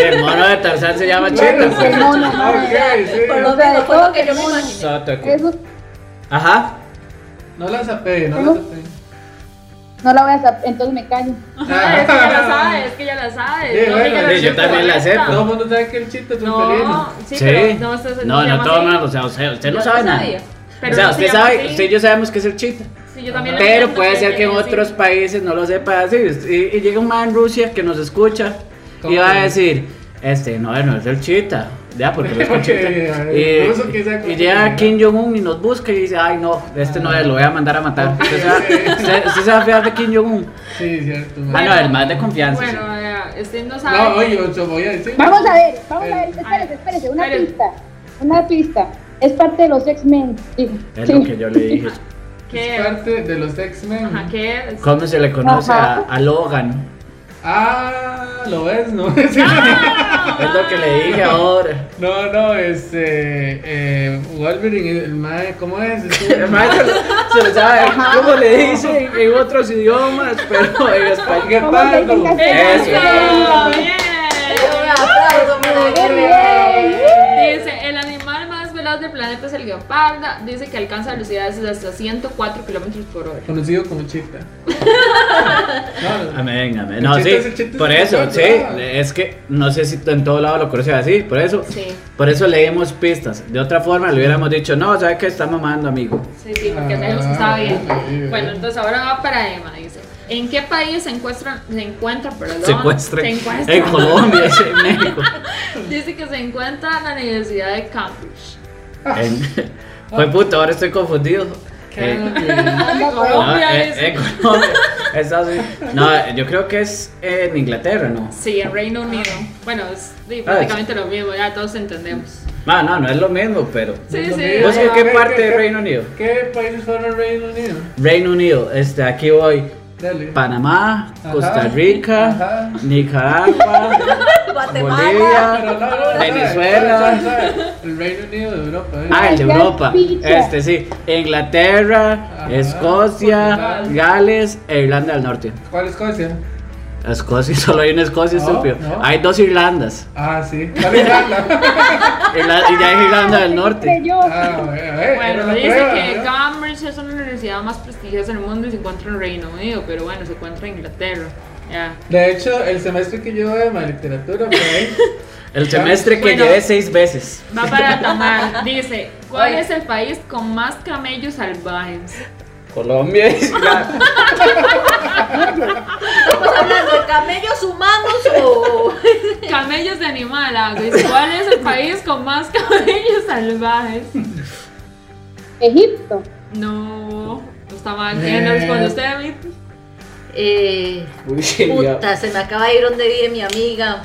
el mono de Tarzán se llama Bueno, chita. pues. sí. mono, Ok, sí. Por lo O sea, menos de fue lo todo que yo el me mundo. imaginé. Sotoku. Eso Ajá. No la sapé, no la ¿Cómo? sapé. no la voy a saber, entonces me callo. Ah, es que ya la sabes, es que ya la sabes. Sí, No bueno, digas sí, la yo chiste también la sé, pues. correcta. Todo el mundo sabe que el chiste es un felino. No, sí, pero no, usted se- no, se no llama todo así. mal, o sea, usted, usted no Yo sabe no nada. sabía. Pero o sea, no se usted llama sabe, así. usted y yo sabemos que es el chita. Sí, yo también lo Pero entiendo, puede sí, ser que en sí, sí. otros países no lo sepa así. Y, y llega un man en Rusia que nos escucha y ¿Cómo? va a decir, este, no, no es el chita. Ya, porque lo escucha. Ok, ruso que sea y, con- y llega Kim Jong-un y nos busca y dice, ay, no, este no es, lo voy a mandar a matar. Usted se va- usted- usted se va a fiar de Kim Jong-un. Sí, cierto. Ah, mae. no, el más de confianza. Bueno, sí. eh, usted no sabe. No, oye, yo voy a decir. Vamos a ver, vamos a ver, Eh, espérese, espérese, una espere. pista, una pista. Es parte de los X-Men, dijo. Es Sí. lo que yo le dije. ¿Qué Es parte de los X-Men. Ajá, ¿qué es? ¿Cómo se le conoce a, Ajá. a Logan? Ah, lo ves, ¿no? Ah. Es lo que le dije ahora. no, no, este. Eh, Wolverine, el mae, ¿cómo es? El maestro se lo sabe cómo le dicen en otros idiomas, pero en español. ¿Cómo se dice en Pardo. castellano? Eso. ¡Bien! ¡Qué bien! Dice, el animal más veloz del planeta es el gueparda. Dice que alcanza velocidades de hasta 104 kilómetros por hora. Conocido como Chita. No, no. Amén, amén. No, El sí, chiste es el chiste, por es el eso, sí. chiste, ah. Es que no sé si en todo lado lo conocen así, por eso. Sí. Por eso leemos pistas. De otra forma le hubiéramos dicho, no, ¿sabes qué? Está mamando, amigo. Sí, sí, porque Ah, tenemos que estaba sí, sí. bien. Bueno, entonces ahora va para Emma, dice. ¿En qué país se encuentran, se encuentran, perdón, Secuestre. se encuentran- En Colombia, es en México. Dice que se encuentra en la Universidad de Cambridge. En- Fue puta, ahora estoy confundido. Eh, no, Colombia eh, es- eh, Colombia. Estados Unidos. No, yo creo que es en Inglaterra, ¿no? Sí, en Reino Unido. Bueno, es sí, prácticamente lo mismo, ya todos entendemos. Ah, no, no es lo mismo, pero. Sí, Reino sí. Unido. ¿Vos en Ah, qué ¿qué- parte qué- de qué? Reino Unido? ¿Qué países fueron Reino Unido? Reino Unido, este, aquí voy. Dale. Panamá, Ajá. Costa Rica, Ajá. Nicaragua, Pero no, Bolivia. no, no, no, Venezuela. sabe, sabe, sabe. El Reino Unido de Europa. ¿eh? Ah, el de Ay, ya Europa. picha. Este sí. Inglaterra, Ajá. Escocia, Portugal. Gales e Irlanda del Norte. ¿Cuál es Escocia? Escocia, solo hay una Escocia, No, estúpido. no. Hay dos Irlandas. Ah, sí. ¿Cuál es Irlanda? Irla- y ya es Irlanda del Entre Norte. yo. ah, bueno, eh, era Bueno, la dice prueba, que ¿no? Cambridge es una universidad más prestigiosa del mundo y se encuentra en Reino Unido, pero bueno, se encuentra en Inglaterra. Ya. De hecho, el semestre que yo de más literatura por ahí, El semestre que Bueno. llevé seis veces. Va para Tamar. Dice, ¿cuál Oye. es el país con más camellos salvajes? Colombia es Estamos hablando de camellos humanos o. Camellos de animal. ah, Dice, ¿cuál es el país con más camellos salvajes? Egipto. No, está mal. ¿Quién le responde usted, David? Eh, Puta. puta, se me acaba de ir donde vive mi amiga.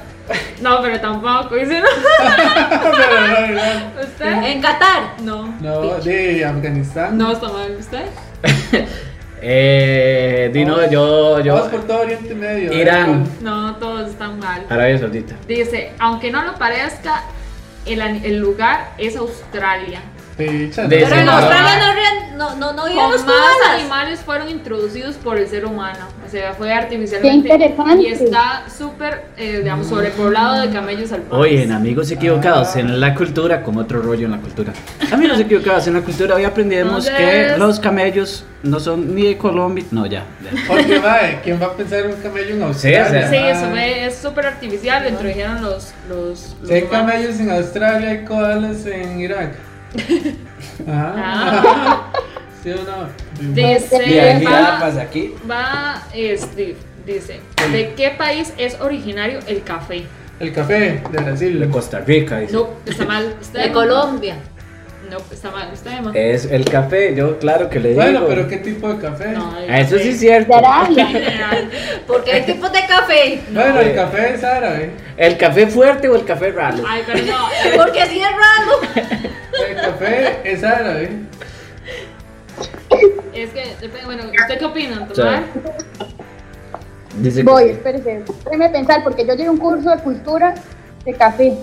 No, pero tampoco. Dice, pero no, no, no. ¿Usted? En Qatar. No. no, de Afganistán. No, está mal. ¿Usted? Eh, Dino, yo, Vamos yo. por todo Oriente Medio. ¿eh? Irán. No, todos están mal. Arabia Saudita. Dice, aunque no lo parezca, el, an- el lugar es Australia. Sí, chale. De Pero en no. Australia no habrían- no, no, no viven los Con más koalas. animales fueron introducidos por el ser humano. O sea, fue artificialmente. Qué interesante. Y está súper, eh, digamos, sobrepoblado de camellos al Oye, en amigos equivocados en la cultura, como otro rollo en la cultura. Amigos equivocados en la cultura, hoy aprendemos que Entonces- los camellos no son ni de Colombia. No, ya. ya. Porque, mae, ¿quién va a pensar en un camello en Australia? o sea, Sí, mae? eso fue- es súper artificial. Lo introdujeron los. los, los Si hay humanos. camellos en Australia, hay koalas en Irak. Ah. Ah. ¿Sí o no? Y Dice, aquí ya va, pasa aquí. va este, dice, ¿de qué país es originario el café? El café de Brasil. De Costa Rica. dice. No, está mal. ¿Usted? De Colombia. No, está mal. ¿Usted, Emma? Es el café, yo claro que le digo. Bueno, pero ¿qué tipo de café? No, el Ah, Eso sí café. es cierto. De Arabia. Porque hay tipos de café. Bueno, el café es árabe. ¿El café fuerte o el café raro? Ay, pero no. Porque así es raro. El café es árabe. Es que, depende, bueno, ¿usted qué opina, Tomar? Dice que- Voy, espérese. Déjeme pensar, porque yo llevo un curso de cultura de café.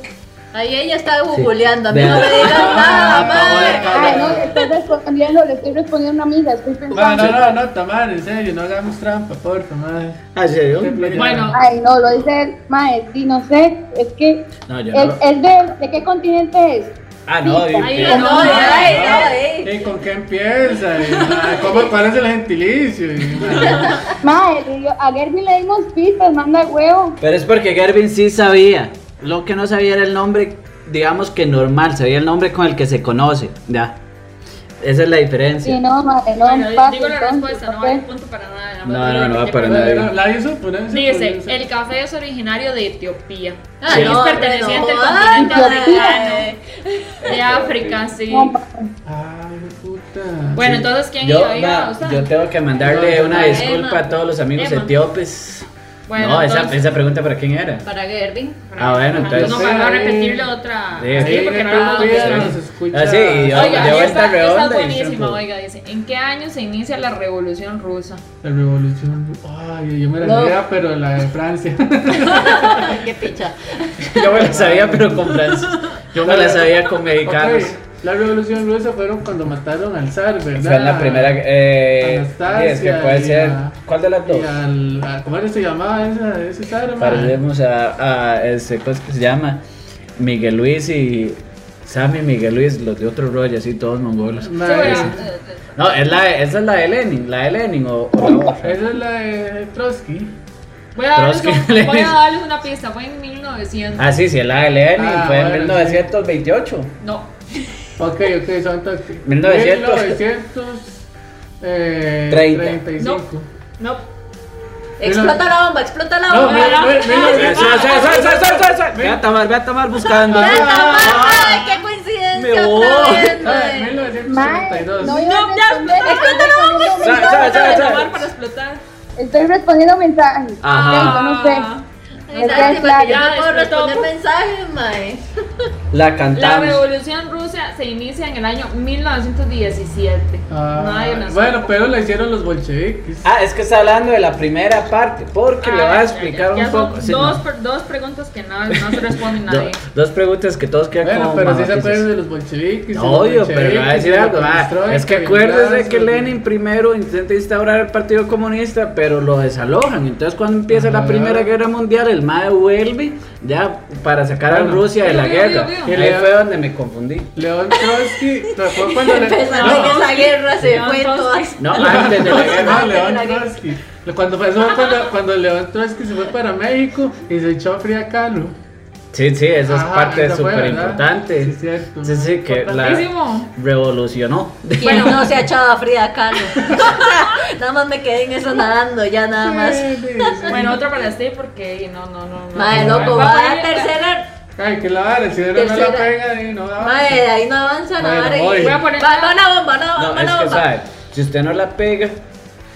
Ahí ella está Sí. googleando. A mí Vea. no me digan nada, Ah, madre. Ay, no, le estoy respondiendo, le estoy respondiendo a una amiga, estoy No, pensando. no, no, no, Tamar, en serio, no hagamos trampa, porfa, madre. ¿Ah, serio? Bueno, Ay, no, lo dice el maestro, no sé, es que No, yo ¿El, no. el de, de qué continente es? Ah, no, digo Ahí que- la- No, ah, ya, eh. ya, ya. ¿Y con qué empieza? Y, mae, ¿Cómo, ¿Cuál es el gentilicio? Y, mae, Madre, yo- a Gerby le dimos pistas, manda huevo. Pero es porque Gervin sí sabía. Lo que no sabía era el nombre, digamos que normal, sabía el nombre con el que se conoce. Ya. Esa es la Si diferencia. no, madre, no, bueno, pasa, digo la entonces, respuesta, no ok. vale punto para nada. No, nada más no, digo no va que- para nada. bueno, la hizo ponerse. Dice, el café es originario de Etiopía. Ah, y es no, perteneciente pero- al continente Ay, africano. De África, sí. No, madre. Ay, puta. Bueno, entonces, ¿quién Yo, iba? ¿Iba ma, usted? yo tengo que mandarle No, yo una no. disculpa Emma. a todos los amigos Emma. etíopes. Bueno, no, esa, entonces- esa pregunta para quién era. Para Gervin. Ah, bueno, entonces- No, para no repetirle otra. Sí, Sí, sí, porque no sí, lo hemos sí, visto. nos escucha. Ah, sí, y yo- Oiga, de esta, vuelta esta redonda es y buenísima, shampoo. oiga, dice, ¿en qué año se inicia la Revolución Rusa? La revolución. Ay, yo me la No. sabía, pero la de Francia. Ay, qué picha. Yo me la sabía, pero con francés. Yo me la sabía con mexicanos. Ok, La revolución rusa fueron cuando mataron al zar, ¿verdad? Fue en la primera. Eh, Anastasia sí, es que puede y ser. a- ¿Cuál de las Y dos? al, a- ¿Cómo era que se llamaba esa, ese zar? ma? Parecemos a, a ese cosa que se llama Miguel Luis y Sammy Miguel Luis, los de otro rollo, así todos mongolos. Ma, Sí, bueno, esa- eh, eh, No, es la, de- esa es la de Lenin, la de Lenin o, o la otra. Esa es la de Trotsky. Voy a darles, Trotsky, un- voy a Lenin. darles una pista, fue en 1900. Ah, sí, sí, es la de Lenin, Ah, fue en bueno, 1928. No, Ok, ok, son entonces. 1900. 1900, eh, Treinta. 35. no. Explota la bomba, explota la No, bomba. mira, mira, mira, Eso, eso, eso, eso, eso, eso, eso. Ve a tomar, ve a tomar buscando. Ah, Ay, qué Me coincidencia eh. voy. otra vez, Ah, mae. 1932. no No, iba ya a responder, está. estoy respondiendo Sabe, Ah, sabe, Para sabe, mensajes. sabe. tomar, para explotar. Estoy respondiendo mensajes. Ajá. Ok, yo no sé. Ay, Esa es lástima que yo la- no puedo ya, explotó. responder mensajes, mae. La La cantamos. Revolución Rusa se inicia en el año 1917. Ah, Nadie lo sabe. bueno, pero la hicieron los bolcheviques. Ah, es que está hablando de la primera parte, porque le Ah, voy a ya, explicar ya, ya un son poco. sí, Dos, no. per- dos preguntas que no, no se responde Do- nadie. dos preguntas que todos quedan Bueno, como pero si se mamatizas. acuerdan de los bolcheviques. y los Obvio, pero le voy a bolcheviques, decir y la algo. ah, perestroika, es que y acuérdese Blasov, que y- Lenin primero intenta instaurar el Partido Comunista, pero lo desalojan. Entonces, cuando empieza la Ajá. Primera Guerra Mundial, el MAE vuelve ya para sacar a Bueno. Rusia de la Vio, vio, guerra. vio, Y vio. ahí fue donde me confundí. León Trotsky. No, fue cuando le- Pensaba no, que esa guerra se no, fue no, toda. No, antes de la guerra. No, León la guerra. Trotsky. Cuando fue, eso fue cuando, cuando León Trotsky se fue para México y se echó a Frida Kahlo. Sí, sí, eso es Ajá, parte esa fue, súper ¿verdad? importante. Sí, cierto. Sí, sí, que la Buenísimo. revolucionó. ¿Quién no se ha echado a Frida Kahlo? O sea, nada más me quedé en eso nadando, ya nada más. Sí, sí, sí. Bueno, otra para Steve porque no, no, no. no. Mae, loco, Va a va a poner- tercera. Ay, que la vara, si no la Tercera. pega, y no da. Mae, de ahí no avanza Bueno, nada. voy. Voy a poner- Va, va una bomba, una No, bomba, es una que bomba. sabe, si usted no la pega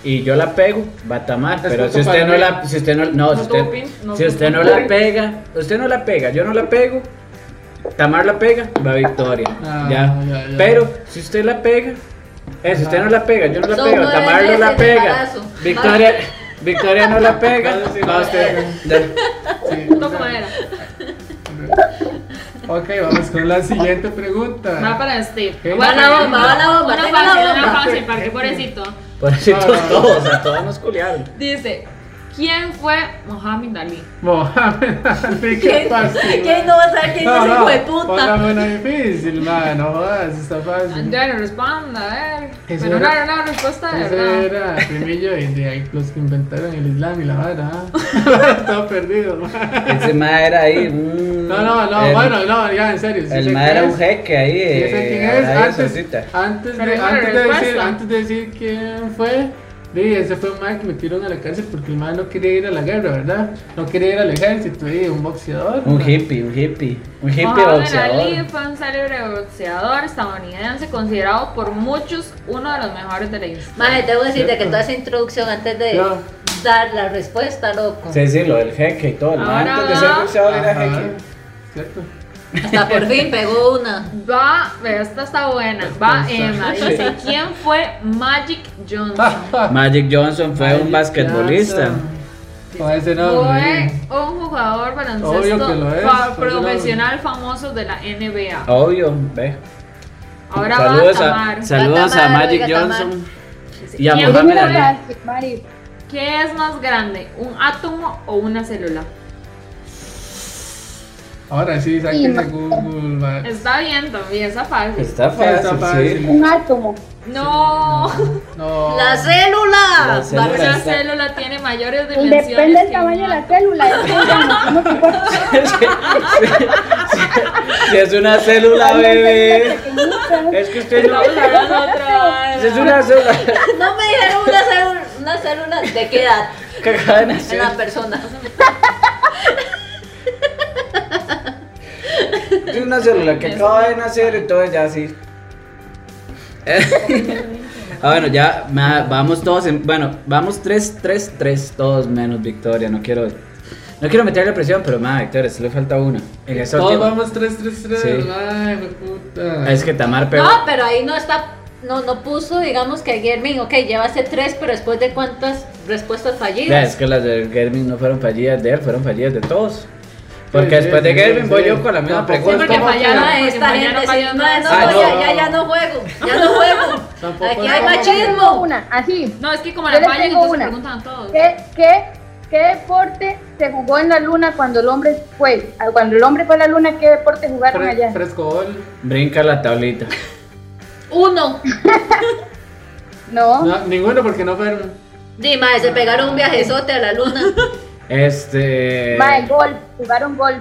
y yo la pego, va a tamar. Pero culpa si usted no de la, mí. si usted no, no, si No usted, tuvo pin, no si tuvo usted no pin. la pega, usted no la pega, yo no la pego, Tamar la pega, va a victoria. Ah, ya. ya, ya. Pero si usted la pega, eh, si usted no la pega, yo no la Son pego, nueve Tamar no la meses de pega, embarazo. Victoria, Victoria no la pega, No, sí, va no. usted. Ya. Sí, Toco madera. Ok, vamos con la siguiente pregunta. Va para Steve. ¿Qué? Voy a Va la poner- bomba, va la bomba, Una tengo la fácil, una bomba. fácil, para que pobrecito. Por eso No, todos, no. todos, a todos nos culiaron. Dice, ¿quién fue Mohamed Ali? Mohamed Ali, ¿qué ¿Quién, pasa? quién no va a saber quién es ese hijo de puta? Póngame una difícil, man, no jodas, está fácil. Ya no responda, a ver. Eso Pero era- no, no, no, respuesta de Ese verdad. era primillo de, de los que inventaron el Islam y la vara. ¿ah? Todo perdido. man. Ese mae era ahí. un- No, no, no, el- bueno, no, ya, en serio. sí sé El mae era un quién es. jeque ahí. Sí sé eh, quién es. ahí solcita. Antes, antes, Pero de, esa antes, de respuesta. decir, antes de decir quién fue, di, ese fue un mae que metieron a la cárcel porque el mae no quería ir a la guerra, ¿verdad? No quería ir al ejército, y un boxeador. Un man. hippie, un hippie. Un hippie Mohamed Ali boxeador. fue un célebre boxeador estadounidense considerado por muchos uno de los mejores de la historia. Mae, tengo que decirte que toda esa introducción antes de Yo. dar la respuesta, loco. Sí, sí, lo del jeque y todo. El mae Ahora antes de ser va. boxeador era Ajá, jeque. ¿Cierto? Hasta por fin pegó una. Va, vea, esta está buena. Pues Va Emma. Dice, ¿quién fue Magic Johnson? Ah, Magic Johnson fue un basquetbolista. Con ese Fue nombre. un jugador Obvio que lo es, Ah, baloncesto fa- obvio. profesional famoso de la NBA. Obvio, ve. Ahora saludos va a a, Tamar. saludos a Tamar, Magic oiga, Tamar. Johnson. Dice, y a Pues ¿quién- Yo tengo Mohamed una Ali. frase, Mari. ¿Qué es más grande, un átomo o una célula? Ahora sí, Y sáquense ma- Google. man. Está bien también, está fácil. Está Sí, está fácil, fácil. sí. Un átomo. No, No. ¡La célula! La célula. Barra- una está- célula tiene mayores dimensiones. Depende del que tamaño de un la átomo. célula. es que, digamos, ¿cómo te importa? Si es una célula, Hay bebé. gente pequeñita. Es que usted no. Estamos hablando de otra Si es vara. una célula. No me dijeron una célula, una célula de qué edad que acaba de en nacer. la persona. Es una célula que acaba de nacer, entonces ya sí. Ah, bueno, ya ma- vamos todos en. Bueno, vamos 3, 3, 3, todos menos Victoria. No quiero. No quiero meterle presión, pero más, Victoria, se le falta una. En esa Todos última- vamos 3-3-3. Sí. Ay, me puta. Es que Tamar pegó. No, pero ahí no está. No, no puso, digamos que Germin, ok, llevaste tres, pero después de cuántas respuestas Vea, fallidas. es que las de Germin no fueron fallidas de él, fueron fallidas de todos. Porque Sí, después de sí, Germin sí, voy sí. yo con la misma Tampoco Sí, pregunta. porque Tampoco- fallaron, Ah, porque esta gente, fallaron, sí, no, fallaron. no, Ah, no, no. ya, ya, ya no juego, ya no juego. Tampoco Aquí es hay como- machismo. Una, así. No, es que como Yo la les fallan, tengo entonces una. preguntan a todos. ¿Qué, qué, qué deporte se jugó en la luna cuando el hombre fue? ah, Cuando el hombre fue a la luna, ¿qué deporte jugaron Fre- allá? Frescobol. Brinca la tablita. Uno. No. No, ninguno porque no fueron. Dima, se pegaron un viajezote a la luna. eh. Este. Mae, golf, jugaron golf.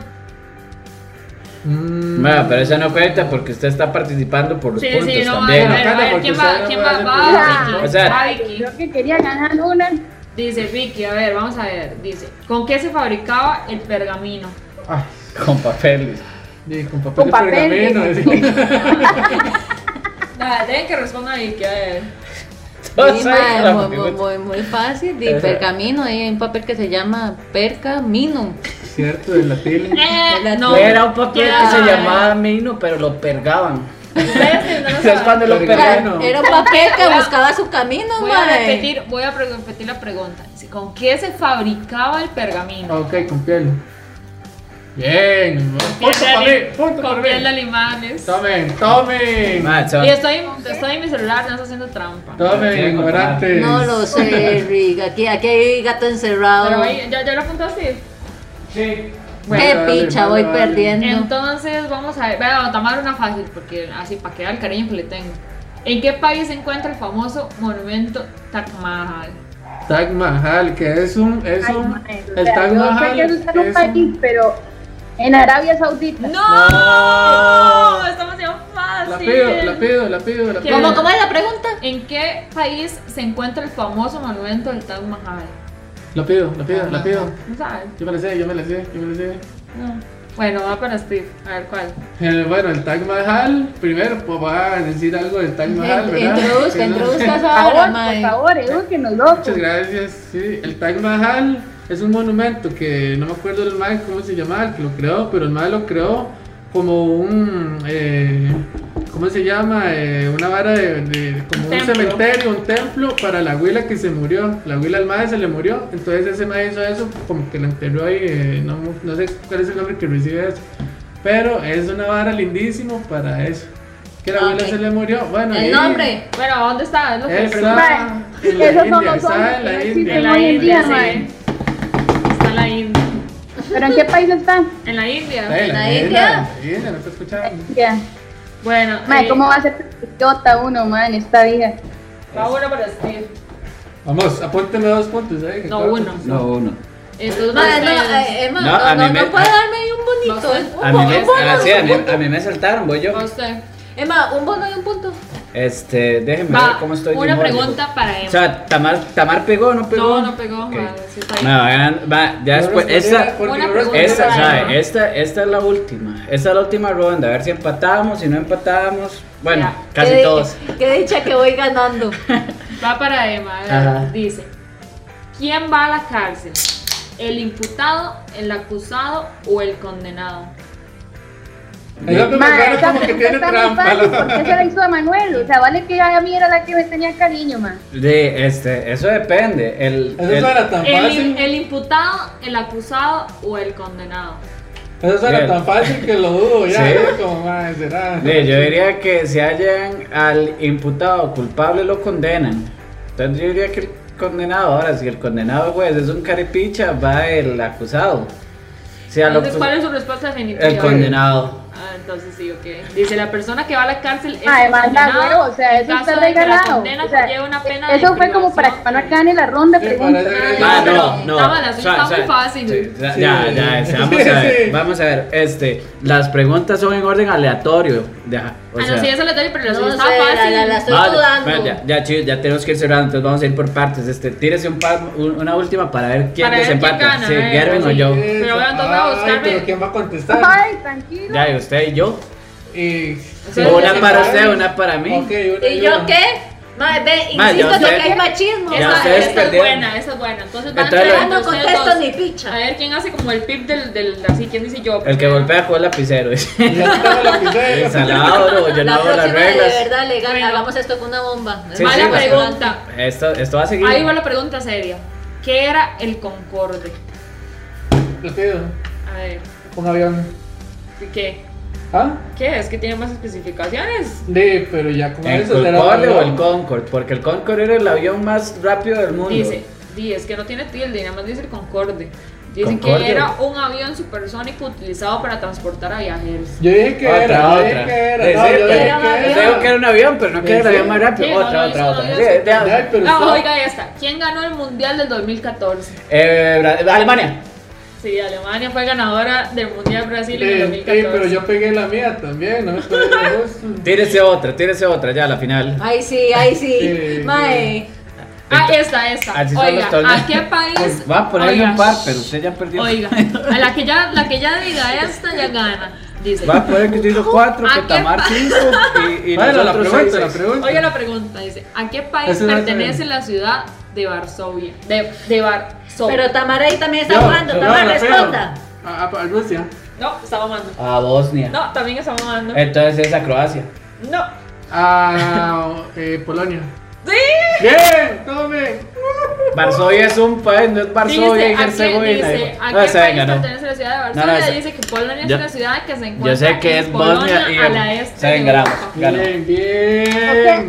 Mm. Bueno, pero esa no cuenta porque usted está participando por los Sí, puntos sí, no, a ver, también. a ver, a Cata, ver, porque ¿quién usted va? no ¿Quién puede hacer va? Va, preguntas. Vicky. O sea, Va, Vicky. Yo que quería ganar una. Dice Vicky, a ver, vamos a ver. Dice, ¿con qué se fabricaba el pergamino? Ay, Con papeles. di, con papel Con de papel, pergamino. di. di. Nada, dejen que responda Vicky, a ver. Todos ahí Dima, con la muy, muy, pregunta. muy, muy fácil. De Ajá. pergamino, ahí hay un papel que se llama pergamino. Cierto, de la tele. Eh, no. Era un papel que se Ya. llamaba Mino, pero lo pergaban. Ustedes que no lo Es saben. cuando lo Pergamino. pergaban. Bueno. Era un papel que buscaba su camino, Voy a mae. repetir, voy a pre- repetir la pregunta. Dice, ¿Con qué se fabricaba el pergamino? Ah, Ok, con piel. Bien. Piel Punto de para ali- mí. Punto con para piel de mí. animales. Tomen, tomen. Ma, son- Y estoy, estoy en mi celular, no estoy haciendo trampa. Tomen, Tengo, ignorantes. No lo sé, Rick. Aquí, aquí hay gato encerrado. Pero ahí, ya, ya lo apuntaste. Sí. Qué picha, voy perdiendo. Entonces vamos a ver, voy a tomar una fácil porque así para quedar el cariño que le tengo. ¿En qué país se encuentra el famoso monumento Taj Mahal? Tag Mahal, que es un. Es Ay, un mae, o el sea, Tag yo Mahal. sé que eso está en un es un- país, pero en Arabia Saudita. ¡No! Estamos demasiado fácil. La pido, la pido, la pido, la ¿Qué? pido. ¿Cómo, ¿Cómo es la pregunta? ¿En qué país se encuentra el famoso monumento del Taj Mahal? La pido, la pido, la pido. ¿No sabes? Yo me la sé, yo me la sé, yo me la sé. No. Bueno, va para Steve. A ver cuál. Eh, bueno, el Taj Mahal, primero pues va a decir algo del Taj Mahal, Ent- ¿verdad? Introduzca, Que no- introduzca Por esa hora, favor, por mae. favor, edúquenos, loco. Muchas gracias. Sí, el Taj Mahal es un monumento que no me acuerdo el mal cómo se llamaba, el que lo creó, pero el mal lo creó como un eh, ¿cómo se llama? Eh, una vara de, de- como un, Templo. cementerio, un templo para la abuela que se murió. La abuela al mae se le murió, entonces ese mae hizo eso, como que la enterró ahí, eh, no, no sé cuál es el nombre que recibe eso. Pero es una vara lindísimo para eso. Que la abuela Ok. se le murió. Bueno, ahí- El nombre. Bueno, ¿dónde está? Es lo que Esa, en la Esos son India, los hombres está en que no la existen India. la hoy en India, día, sí. mae. Está en la India. ¿Pero en qué país están? En la India. Está en la ¿En la India, en la India, no está escuchando. Ya. Bueno, Mae, eh, ¿cómo va a ser idiota uno, mae, en esta vida? va uno para Steve. Vamos, apúnteme dos puntos, ¿eh? No, uno. No, uno. Entonces, Mae, no, ustedes. eh, Emma, No, a no, mí no, me- no puede darme ahí un bonito. eh, No sé. un A bo- mí, me, un bono, ah, sí, a, un mí, punto. a mí me saltaron, voy yo. Va usted. Emma, un bono y un punto. Este, déjenme Va, ver cómo estoy. de una humor. pregunta para O Emma. sea, Tamar, Tamar pegó, no pegó. No, no pegó. Ok. madre, sí está ahí. No, hagan- va, ya después. Esta, Una esta, pregunta para sabe, esta, esta es la última. Esta es la última ronda. A ver si empatamos, si no empatamos. Bueno, Ya. casi Qué di- todos. Qué dicha que voy ganando. Va para Emma. a ver, Ajá. Dice: ¿Quién va a la cárcel? ¿El imputado, el acusado o el condenado? Esa Mae, pregunta esa como que pregunta tiene está muy fácil, ¿por qué se trampa. la hizo a Manuel? O sea, vale que a mí era la que me tenía cariño, mae. De, este, eso depende. El, el- Eso suena tan El, fácil. el imputado, el acusado o el condenado. Eso suena Bien. tan fácil que lo dudo, ya. Sí. ¿eh? Como, madre, será. de- yo diría que si hallan al imputado culpable lo condenan. Entonces yo diría que el condenado, ahora si el condenado juez es un caripicha, va el acusado. Si al Entonces, acus- ¿cuál es su respuesta definitiva? el condenado. Ah, entonces sí, ok. Dice, la persona que va a la cárcel es Mae, el manda huevo, o sea, en eso está caso de que la regalado. condena O sea, eh, conlleve una pena eso de fue como para que privación. Manuel gane la ronda, Sí, pregunta. para Ay, Ah, pero- no, no. Tama, la suya O sea, está o sea, muy fácil. sí, ya, Sí. ya, ya, este, vamos a ver, Sí. vamos a ver, este, las preguntas son en orden aleatorio, ya, o ah, sea, no, sí, eso le doy, pero la suya No está sé, la- fácil. la- la estoy vale, dudando. vale, ya, ya, chicos, ya tenemos que ir cerrando, entonces vamos a ir por partes, este, tírese un par, un- una última para ver quién Para ver quién desempata, gana, sí, eh, Gerwin o sí. yo, Pero bueno, entonces voy a Ay, buscarme. Pero ¿quién va a contestar? Ay, tranquilo. ya, y usted y yo, Y- O sea, una yo para sé usted, cuál. una para mí, Ok, una ¿Y yo una. qué? Madre, Madre, ve, ya insisto en lo usted- que hay machismo. Ya esa, madre. ustedes esa es perdieron. buena, esa es buena. Entonces van Entonces, a no contesto ni picha. A ver quién hace como el pip del, del así, quién dice yo. El que golpea con el lapicero. dice. Ya está la Eh, lapicera. Salado, bro, yo no la hago las próxima de reglas. verdad legal, Bueno. hagamos esto con una bomba. Sí, Mala sí, pues, la- pregunta. Esto, esto va a seguir. Ahí va la pregunta seria. ¿Qué era el Concorde? Rápido. A ver, Un avión. ¿qué? ¿Ah? ¿Qué es? ¿Que tiene más especificaciones? Sí, pero ya como ¿El eso será Concorde o avión. el Concorde? Porque el Concorde era el avión más rápido del mundo. Dice, di, es que no tiene tilde, nada más dice el Concorde. Dice Concorde. que era un avión supersónico utilizado para transportar a viajeros. Yo dije que Otra, era, yo dije otra. que era. Sí, No, sí, yo que dije era un que avión. era. Digo que era un avión, pero no que era el Sí, avión más rápido. sí, no, otra, no, otra, eso otra. no, Sí, eso ya. Ay, pero Ah, está- oiga esta. ¿Quién ganó el Mundial del 2014? Eh, Bra- Alemania. Sí, Alemania fue ganadora del Mundial Brasil en el Eh, eh, 2014. pero yo pegué la mía también, no me estoy dando gusto. Tírese otra, tírese otra ya a la final. Ay, sí, ay, sí. Sí, Mae. Ah, esta, esta. Así son Oiga, los torneos. ¿a qué país? Va a ponerle Oiga, un par, pero usted ya perdió. Oiga, a la que ya, la que ya diga esta ya gana. Dice. Va a poner que yo hizo cuatro, ¿A que qué Tamar pa- cinco y, y Bueno, la nosotros pregunta, seis. la pregunta. Oiga la pregunta, dice, ¿a qué país Esa es la pertenece pregunta. la ciudad de Varsovia? De, de Varsovia. Pero Tamara ahí también está No, jugando. no, Tamara, la pego. responda. A, a- a Rusia. No, está mamando. A Bosnia. No, también está mamando. Entonces es a Croacia. No. A eh, Polonia. Sí. Bien, tome. Varsovia es un país, no es Varsovia Dice, y ¿a qué, Herzegovina. dice, ¿a No, qué ese país ganó. pertenece la ciudad de no, Varsovia? ese- dice que Polonia yo- es una ciudad que se encuentra Yo sé que en es Polonia Bosnia y a la este Saben, de ganamos. Europa. Ganó. Bien, bien.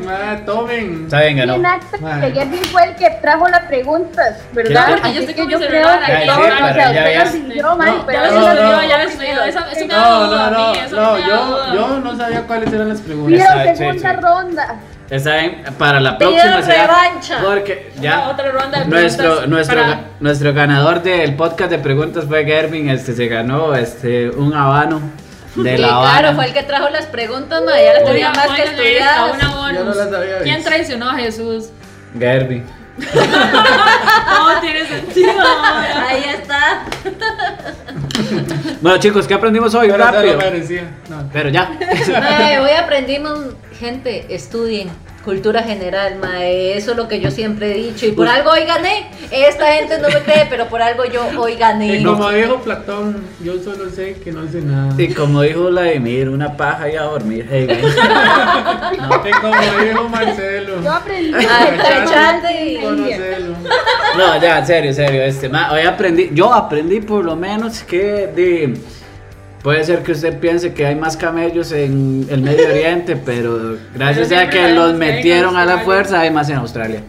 Ok. Ma, tomen. Saben, Y ganó. Nacho, Madre. que Gervin fue el que trajo las preguntas, ¿verdad? Claro, porque yo Así estoy con que mi yo creo celular que ahí, todos, sí, o para sea, allá usted veas. las siguió, madre, No, pero Ya les No, subió, no. ya les subió. Eso, eso me da No, duda no, a no, mí, eso no, me da yo, duda. yo no sabía cuáles eran las preguntas. pido Exacto, sí, segunda sí. ronda. Saben, para la Pido próxima será- revancha. Porque Una ya. otra ronda de Nuestro, preguntas nuestro, para- ga- nuestro ganador del podcast de preguntas fue Gervin, este se ganó este un habano de Sí, la claro, fue habana. el que trajo las preguntas, mae. Ya las Oiga, tenía más que pónganle esta, estudiadas. una bonus. Yo no las había ¿Quién visto. traicionó a Jesús? Gervin. No tiene sentido. Ahí está. Bueno chicos, ¿qué aprendimos hoy? Yo no Rápido. lo merecía. No. Pero ya. Mae, hoy aprendimos, gente, estudien cultura general, mae, eso es lo que yo siempre he dicho y por algo hoy gané. Esta gente no me cree, pero por algo yo hoy gané. Y Eh, como dijo Platón, yo solo sé que no sé nada. Y como dijo Vladimir, una paja y a dormir. Hey, güey. Y Eh, como dijo Marcelo. Yo aprendí. Ay, cachate y- Conocelo. No, ya, en serio, en serio. Este, ma, hoy aprendí, yo aprendí por lo menos que de- puede ser que usted piense que hay más camellos en el Medio Oriente, pero gracias Pero a siempre que hay- los hay metieron en a la Australia. fuerza, hay más en Australia.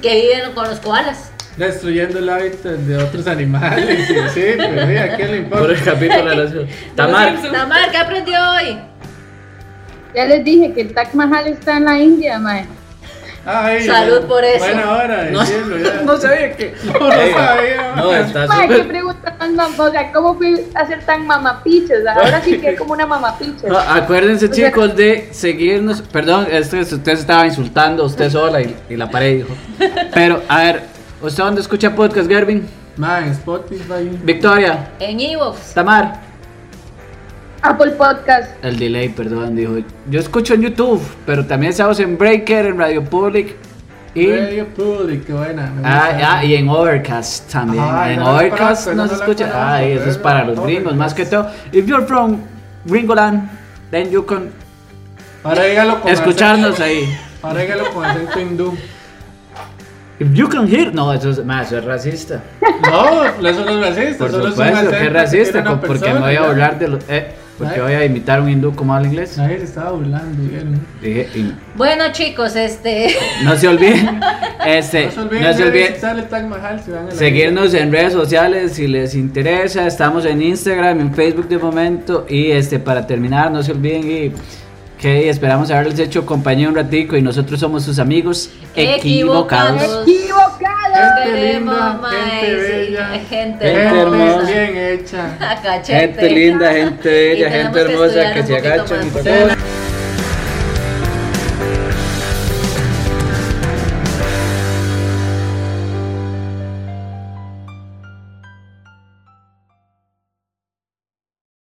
Que viven con los koalas. Destruyendo el hábitat de otros animales. y Sí, pero sí, ¿a quién le Por e- el importa? capítulo de los... Tamar, Tamar, ¿qué aprendió hoy? Ya les dije que el Taj Mahal está en la India, mae. Ay, Salud por eso. Buena hora, No- decirlo ya. no sabía que... No sabía, eh, No, ma. está Mae, qué súper... pregunta tan mam- O sea, ¿cómo fui a ser tan mamapiches? Ahora sí que es como una No, mamapicha. Acuérdense O sea- chicos de seguirnos, perdón, este, usted se estaba insultando usted sola y, y la pared dijo. Pero, a ver, ¿usted dónde escucha podcast, Gervin? Ma, en Spotify. Victoria, En Evox. Tamar. Apple Podcast. El delay, perdón, dijo. Yo escucho en YouTube, pero también estamos en Breaker, en Radio Public y, Radio Public, qué buena. me gusta. ah, ah, y en Overcast también. Ah, en no la Overcast conozco, nos no la escucha. conozco, ah, eso es pero para los gringos, Overcast. más que todo. If you're from Gringoland, then you can Ahora dígalo con escucharnos ahí. acento- Ahora dígalo con acento hindú. If you can hear. No, eso es, más, eso es racista. No, eso no es racista. Por solo es supuesto un que acento es tiene racista, una co- porque persona, me voy a ya. burlar de los. eh, porque Ay. voy a imitar a un hindú como habla inglés. Nadie se estaba burlando, ¿eh? ¿vieron? Dije, y- Bueno, chicos, este. no se olviden. Este, no se de olviden. visitar el Taj Mahal si van a la Seguirnos en redes sociales si les interesa. Estamos en Instagram, en Facebook de momento. Y este para terminar, no se olviden y que esperamos haberles hecho compañía un ratico y nosotros somos sus amigos equivocados. Equivocados. ¡Equivocado! Gente Tenemos, linda, mae, gente sí, bella, gente gente hermosa. bien hecha. Cachete. Gente linda, gente Y bella, tenemos gente que hermosa estudiar que un se poquito agachan y más. todo.